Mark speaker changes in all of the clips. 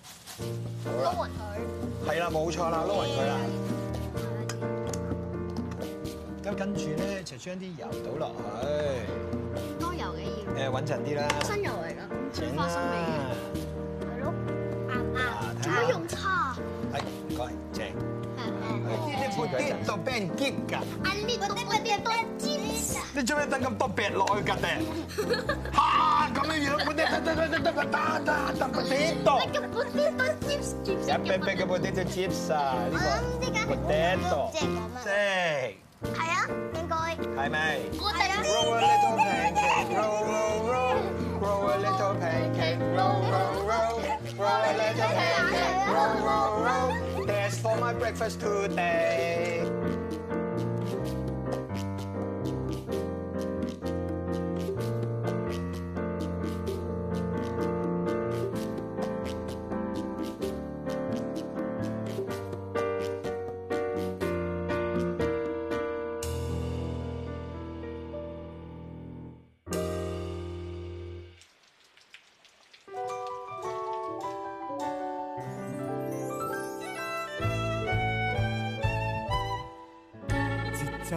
Speaker 1: 好啦，
Speaker 2: 撈勻佢，
Speaker 1: 係啦，冇錯啦，撈勻佢啦。咁跟住咧就將啲油倒落去，
Speaker 2: 多油嘅要，
Speaker 1: 誒穩陣啲啦。
Speaker 2: 新油嚟㗎，咁
Speaker 1: 整
Speaker 2: 香
Speaker 1: 啦
Speaker 2: 花生味嘅，係咯，啱
Speaker 1: 啊
Speaker 2: 啱，做乜用叉？
Speaker 1: 係唔該，正。
Speaker 3: 呢啲杯跌到俾人激㗎，
Speaker 2: 啊呢個呢個呢個煎啊！
Speaker 3: 你做咩等咁多劈落去㗎？嚇咁樣樣，我哋得得得得得得得得個跌到，
Speaker 2: 呢個呢個煎煎
Speaker 1: 一啤啤嘅 potato chips 啊，呢個
Speaker 2: 嗯
Speaker 1: potato 即
Speaker 2: 係啊，應該啊
Speaker 1: 係咪
Speaker 2: 我哋
Speaker 1: ？Roll a little pancake, roll roll roll, roll a little pancake, roll roll roll, roll a little pancake, roll roll roll. That's for my breakfast today.
Speaker 4: 節奏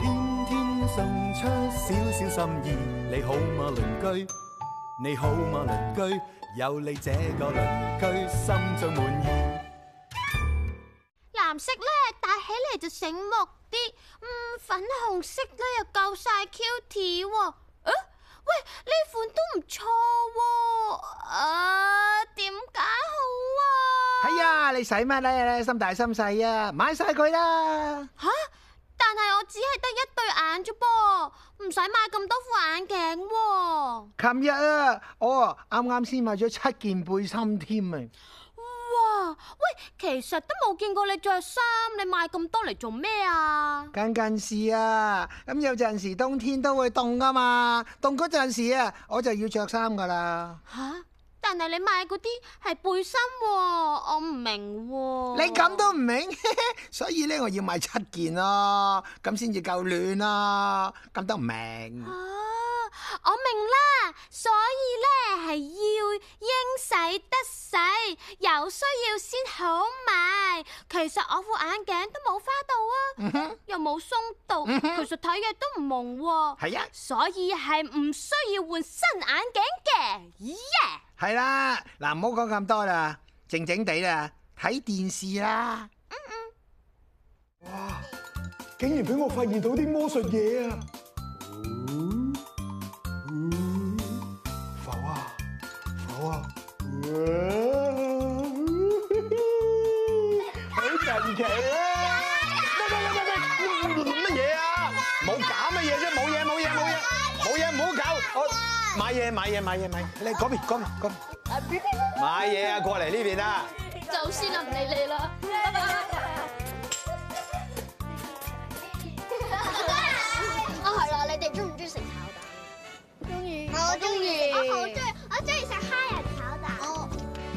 Speaker 4: 天天送出少少心意，你好嗎鄰居？你好嗎鄰居？有你這個鄰居，心中滿意。
Speaker 5: 藍色咧戴起嚟就醒目啲，嗯，粉紅色咧又夠晒 cute 喎、誒喂，呢款都唔錯喎、啊，點解好啊？
Speaker 6: 哎呀，你使乜咧？心大心細啊，買晒佢啦！
Speaker 5: 吓、但係我只係得一對眼啫噃，唔使買咁多副眼
Speaker 6: 琴
Speaker 5: 鏡喎、
Speaker 6: 日啊，我啊啱啱先買咗七件背心添啊！
Speaker 5: 哇，喂，其實都冇見過你着衫，你買咁多嚟做咩啊？
Speaker 6: 近近視啊，咁有陣時冬天都會凍噶嘛，凍嗰陣時啊，我就要着衫噶啦。
Speaker 5: 吓、但係你買嗰啲係背心喎、我唔明喎、
Speaker 6: 你咁都唔明， 所以咧我要買七件咯，咁先至夠暖啦，咁都唔明
Speaker 5: 啊，。我明啦，所以咧係要應使得使，有需要先好買。其實我副眼鏡都冇花
Speaker 6: 嗯
Speaker 5: 到啊，又冇鬆到，其實睇嘢都唔蒙喎，
Speaker 6: 係啊，
Speaker 5: 所以係唔需要換新眼鏡嘅。耶、
Speaker 6: 係啦，嗱唔好講咁多啦，靜靜地啦，睇電視啦。
Speaker 3: 竟然俾我發現到啲魔術嘢啊！浮啊浮啊！好神奇啊！
Speaker 1: 乜嘢啊？冇搞乜嘢啫，冇嘢冇嘢冇嘢冇嘢，唔好搞。我買嘢買嘢買嘢買嘢，你嗰邊嗰邊嗰邊。買嘢啊，過嚟呢邊啊！
Speaker 2: 就先啦，唔理你啦，拜拜。 啊係啦，你哋中唔中意食炒蛋？中意，我中意，哦我好中意，我中意食蝦仁炒蛋。我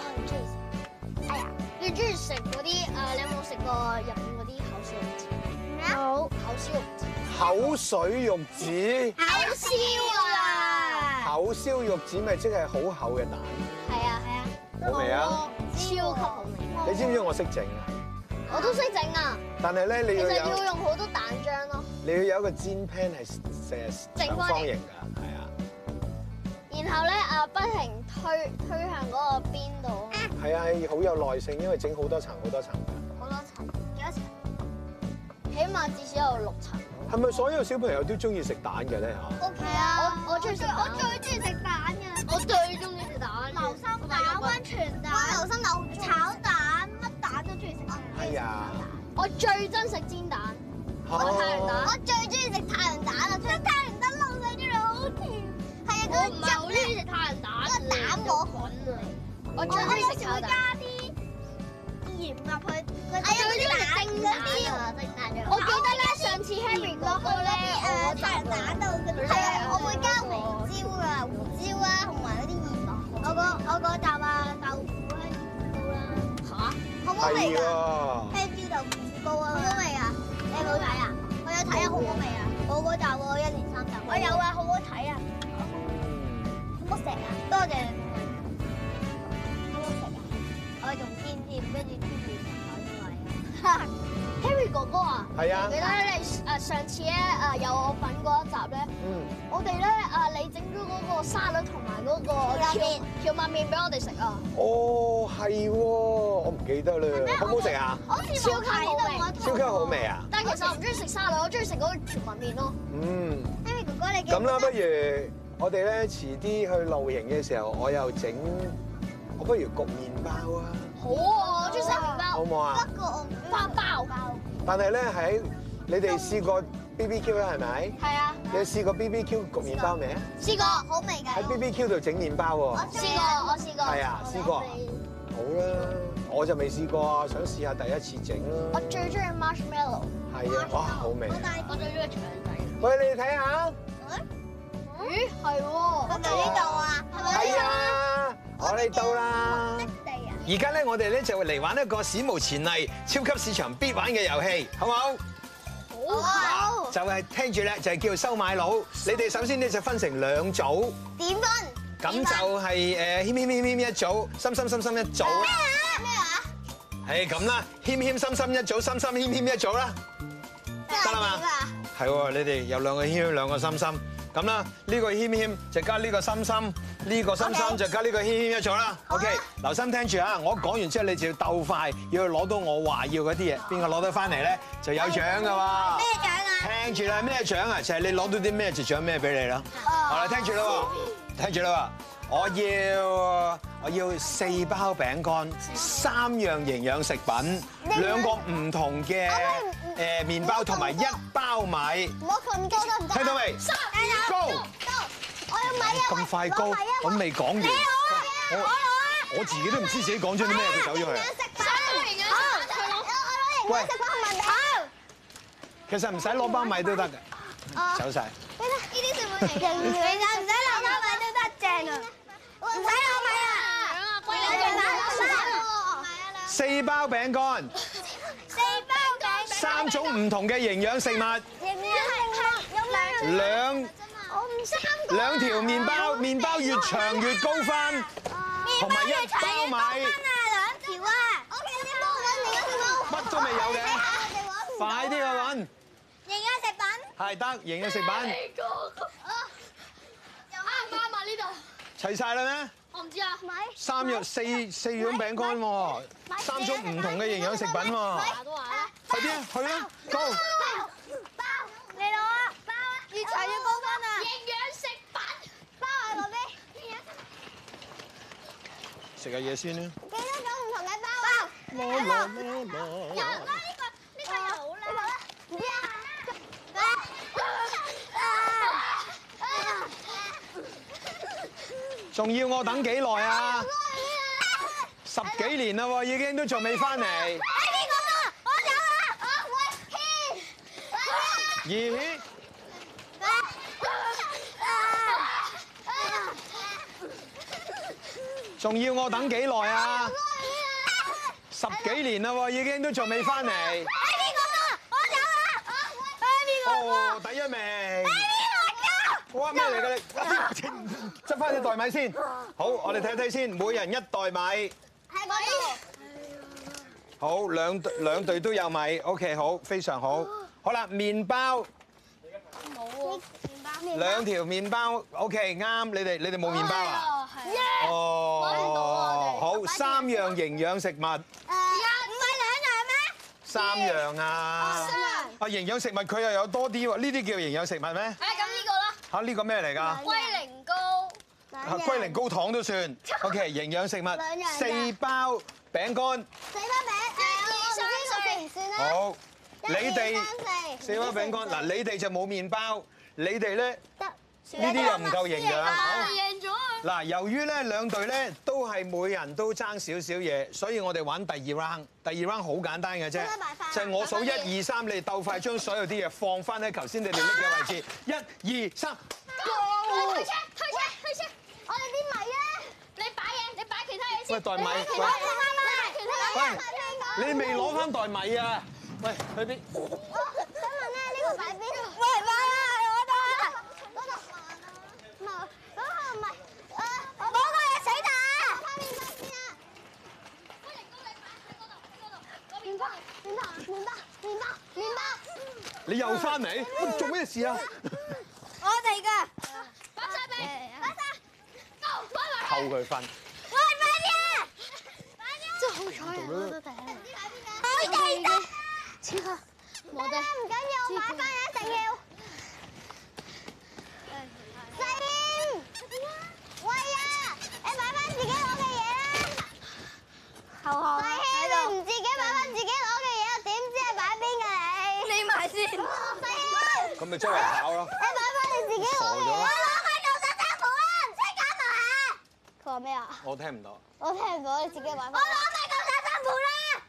Speaker 2: 我唔中意食。哎呀，你中意食嗰啲誒？啊你有冇食過日本嗰啲口燒肉子？冇口燒肉子，
Speaker 1: 口水肉子，
Speaker 2: 口燒啊！
Speaker 1: 口燒肉子咪即係好厚嘅蛋。
Speaker 2: 係啊係啊，
Speaker 1: 好味啊！
Speaker 2: 超級好味，
Speaker 1: 你知唔知我識整啊？
Speaker 2: 我都識整啊！
Speaker 1: 但係咧，
Speaker 2: 其
Speaker 1: 你
Speaker 2: 實
Speaker 1: 要
Speaker 2: 要
Speaker 1: 有
Speaker 2: 用好多蛋漿咯，
Speaker 1: 你要有一個煎 pan 係成
Speaker 2: 正
Speaker 1: 長
Speaker 2: 方形
Speaker 1: 方形㗎，係啊，
Speaker 2: 然後咧啊不停推推向嗰個邊度，
Speaker 1: 係啊，係好有耐性，因為整好多層好多層㗎。
Speaker 2: 好多層，幾多層？起碼至少有六層。
Speaker 1: 係咪所有小朋友都中意食蛋嘅咧？嚇，
Speaker 2: O K 啊，我我中意食我最中意食蛋嘅，我最中意食蛋，流心蛋、温泉蛋、流心蛋、炒蛋，乜蛋都中意食。
Speaker 1: 哎呀，
Speaker 2: 我最憎食煎蛋，啊我太陽蛋，我最中意食太陽蛋啦，食太陽蛋撈上啲嚟好甜，係啊，我唔係好中意食太陽蛋，個蛋我滾啊，我最中意食炒蛋。加啲係啊，嗰啲係蒸蛋啊，蒸蛋我記得咧，上次 Harry 嗰個咧，誒炸蛋到嗰啲，係啊，我會加胡椒啊，胡椒啊，同埋嗰啲鹽落去。我個我個啖啊豆腐香甜糕啦。嚇？好唔好味
Speaker 1: 係
Speaker 2: 㗎？
Speaker 1: 啊，
Speaker 2: 香豬豆腐糕啊！好好味啊！你有冇睇啊？我有睇啊，好好味啊！我嗰集喎，一連三集。我有啊，好好睇啊！好食啊！多謝你。好好食啊！我仲煎添，跟住煎住食海鮮啊 Harry 哥哥啊，
Speaker 1: 係啊
Speaker 2: 記得你誒呃上次咧誒有我份嗰一集咧，
Speaker 1: 嗯，
Speaker 2: 我哋咧誒你整咗嗰個沙律同埋嗰個蕎麥蕎麥麵俾我哋食啊！
Speaker 1: 哦係喎，我唔記得啦，好唔好食啊？
Speaker 2: 我超級好味，
Speaker 1: 超級好味啊！
Speaker 2: 但係其實我唔中意食沙律，我中意食嗰個蕎麥麵咯。
Speaker 1: 嗯，
Speaker 2: Henry 哎哥哥，你
Speaker 1: 咁啦，不如我哋咧遲啲去露營嘅時候，我又整，我不如焗麵包啊，
Speaker 2: 好啊，我中意食麵包
Speaker 1: 好唔好啊？
Speaker 2: 過我唔包包
Speaker 1: 但係咧喺你哋試過 BBQ 啦，係咪？
Speaker 2: 係啊，
Speaker 1: 你試過 BBQ 焗麵包未啊？
Speaker 2: 試過好味㗎
Speaker 1: 喺 BBQ 度整麵包喎，
Speaker 2: 試過，我試過。
Speaker 1: 係啊試過啊好啦，我就未試過啊，想試下第一次整
Speaker 2: 我
Speaker 1: 啦。
Speaker 2: 最中意 marshmallow。
Speaker 1: 係啊，哇，好味啊！
Speaker 2: 我最中意腸仔。
Speaker 1: 喂，你哋睇下，啊
Speaker 2: 咦，係喎。我哋呢度啊，係
Speaker 1: 係？啊，我哋到啦。
Speaker 2: 地啊。
Speaker 1: 而家咧，我哋咧就嚟玩一個史無前例、超級市場必玩嘅遊戲，好唔好？
Speaker 2: 好。啊
Speaker 1: 就係聽住咧，就係叫收買佬。你哋首先咧就分成兩組，
Speaker 2: 點分？
Speaker 1: 咁就係誒謙謙謙謙一組，心心心心一組
Speaker 2: 咩
Speaker 1: 啦。
Speaker 2: 啊？咩啊？
Speaker 1: 係咁啦，謙謙心心一組，心心謙謙一組啦。
Speaker 2: 啊
Speaker 1: 得啦嘛係喎，你哋有兩個謙謙，兩個心心。咁啦，呢個謙謙就加呢個心心，呢個心心就加呢個謙謙一組啦。OK，留
Speaker 2: 啊
Speaker 1: 心聽住啊！我講完之後，你就要鬥快，要攞到我話要嗰啲嘢，邊個攞得翻嚟咧就有獎㗎喎。
Speaker 2: 咩獎啊？
Speaker 1: 聽住啦，咩獎啊？就係你攞到啲咩就獎咩俾你啦。
Speaker 2: 哦
Speaker 1: 好
Speaker 2: Ờ.
Speaker 1: 啦，聽住啦喎，聽住啦喎，我要我要四包餅乾，三樣營養食品，兩個唔同嘅誒麵包同埋一包米。
Speaker 2: 唔好咁高得唔得？
Speaker 1: 聽到未
Speaker 2: 三
Speaker 1: 高
Speaker 2: 我要米啊！
Speaker 1: 咁快高，我未講完
Speaker 2: 你，
Speaker 1: 我
Speaker 2: 攞啊！
Speaker 1: 我自己都唔知自己講咗啲咩，佢走咗
Speaker 2: 我
Speaker 1: 去。
Speaker 2: Ờ,
Speaker 1: 喂，其實唔使攞包米都得嘅，走晒。四包餅乾，三種唔同嘅營養食物，兩兩條麵包，麵包越長越高分，同埋一包米，乜都未有嘅，快啲去揾，係得營養食品，齊晒啦咩？三樣四四樣餅乾喎，三種唔同嘅營養食品喎，快啲啊，去啦，Go！食下嘢先啦。仲要我等幾耐啊？十幾年啦喎，已經都仲未翻嚟。咦？仲要我等幾耐啊？十幾年啦喎，已經都仲未翻嚟。哦，第一名。哇！咩嚟㗎你？ 執翻隻袋米先。好，我哋睇睇先，每人一袋米。好，兩隊兩隊都有米。OK，好，非常好。好啦，麵包兩條麵包。OK，啱。你哋你哋冇麵包啊？哦，好，三樣營養食物，三樣啊！啊，營養食物佢又有多啲喎，呢啲叫營養食物咩？嚇，呢個咩嚟㗎？
Speaker 2: Dạ,
Speaker 1: 嚇，龜苓膏糖都算。OK，營養食物
Speaker 2: 樣
Speaker 1: 四包餅乾，好，你哋四包餅乾嗱，你哋就冇麵包，你哋咧呢啲又唔夠型㗎。
Speaker 5: 贏咗啊！
Speaker 1: 嗱，由於咧兩隊咧都係每人都爭少少嘢，所以我哋玩第二 round。第二 round 好簡單嘅啫
Speaker 2: 得埋返，
Speaker 1: 就係我數一二三，你哋鬥快將所有啲嘢放翻喺頭先你哋拎嘅位置。一二三
Speaker 2: 我退
Speaker 1: ，Go！
Speaker 2: 出，退出，退出！我哋啲米啊！你擺嘢，你擺其他嘢先。
Speaker 1: 喂袋米
Speaker 2: 你擺其他嘢啦，你擺其他嘢啦。
Speaker 1: 你未攞翻袋米啊？喂，去邊？
Speaker 2: 我想問咧，呢個擺邊度？喂，擺啦，我度啊！嗰度慢啊！唔係，嗰個唔係，啊！我嗰個嘢死打。我翻麵包先啊！我嚟高你擺喺嗰度，喺嗰度。麵包，麵包，麵包，麵包，麵包。
Speaker 1: 你又翻嚟？喂 做咩事啊？
Speaker 2: 我哋嘅。擺晒未？擺晒。Go，擺埋
Speaker 1: 扣佢分。
Speaker 2: 喂，快啲啊！真係好彩啊！我都第一。我哋嘅，超級我哋唔緊要，我買翻一定要。細燕，喂啊！你買翻自己攞嘅嘢啦。後後細燕，你唔自己買翻自己攞嘅嘢，點知係擺邊嘅你？匿埋先。細燕。
Speaker 1: 咁咪周圍跑咯
Speaker 2: 你買翻。你自己攞嘅嘢啦！我攞翻做得得好啊，唔使搞埋啊！佢話咩啊？
Speaker 1: 我聽唔到，
Speaker 2: 我聽唔到，你自己買翻。我攞翻咁多衫褲啦！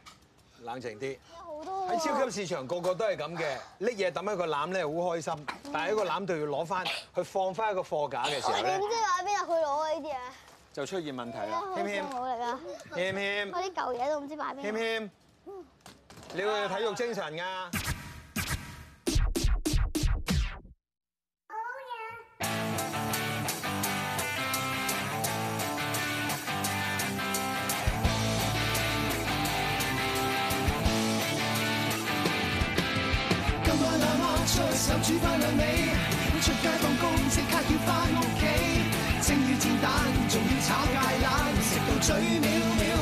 Speaker 1: 冷靜啲。
Speaker 2: 有好多
Speaker 1: 喺超級市場個個都係咁嘅，拎嘢抌喺個籃咧好開心，但係喺個籃度要攞翻去放翻喺個貨架嘅時候咧
Speaker 2: 點，知喺邊度佢攞啊？呢啲啊，
Speaker 1: 就出現問題啦。
Speaker 2: 好
Speaker 1: 謙謙，
Speaker 2: 努力啊！
Speaker 1: 謙謙
Speaker 2: 我，啲舊嘢都唔知擺邊。
Speaker 1: 謙謙，你會有體育精神㗎。
Speaker 4: 今晚阿媽出手煮翻兩味，出街放工即刻要翻屋企，蒸魚煎蛋仲要炒芥蘭，食到嘴藐藐。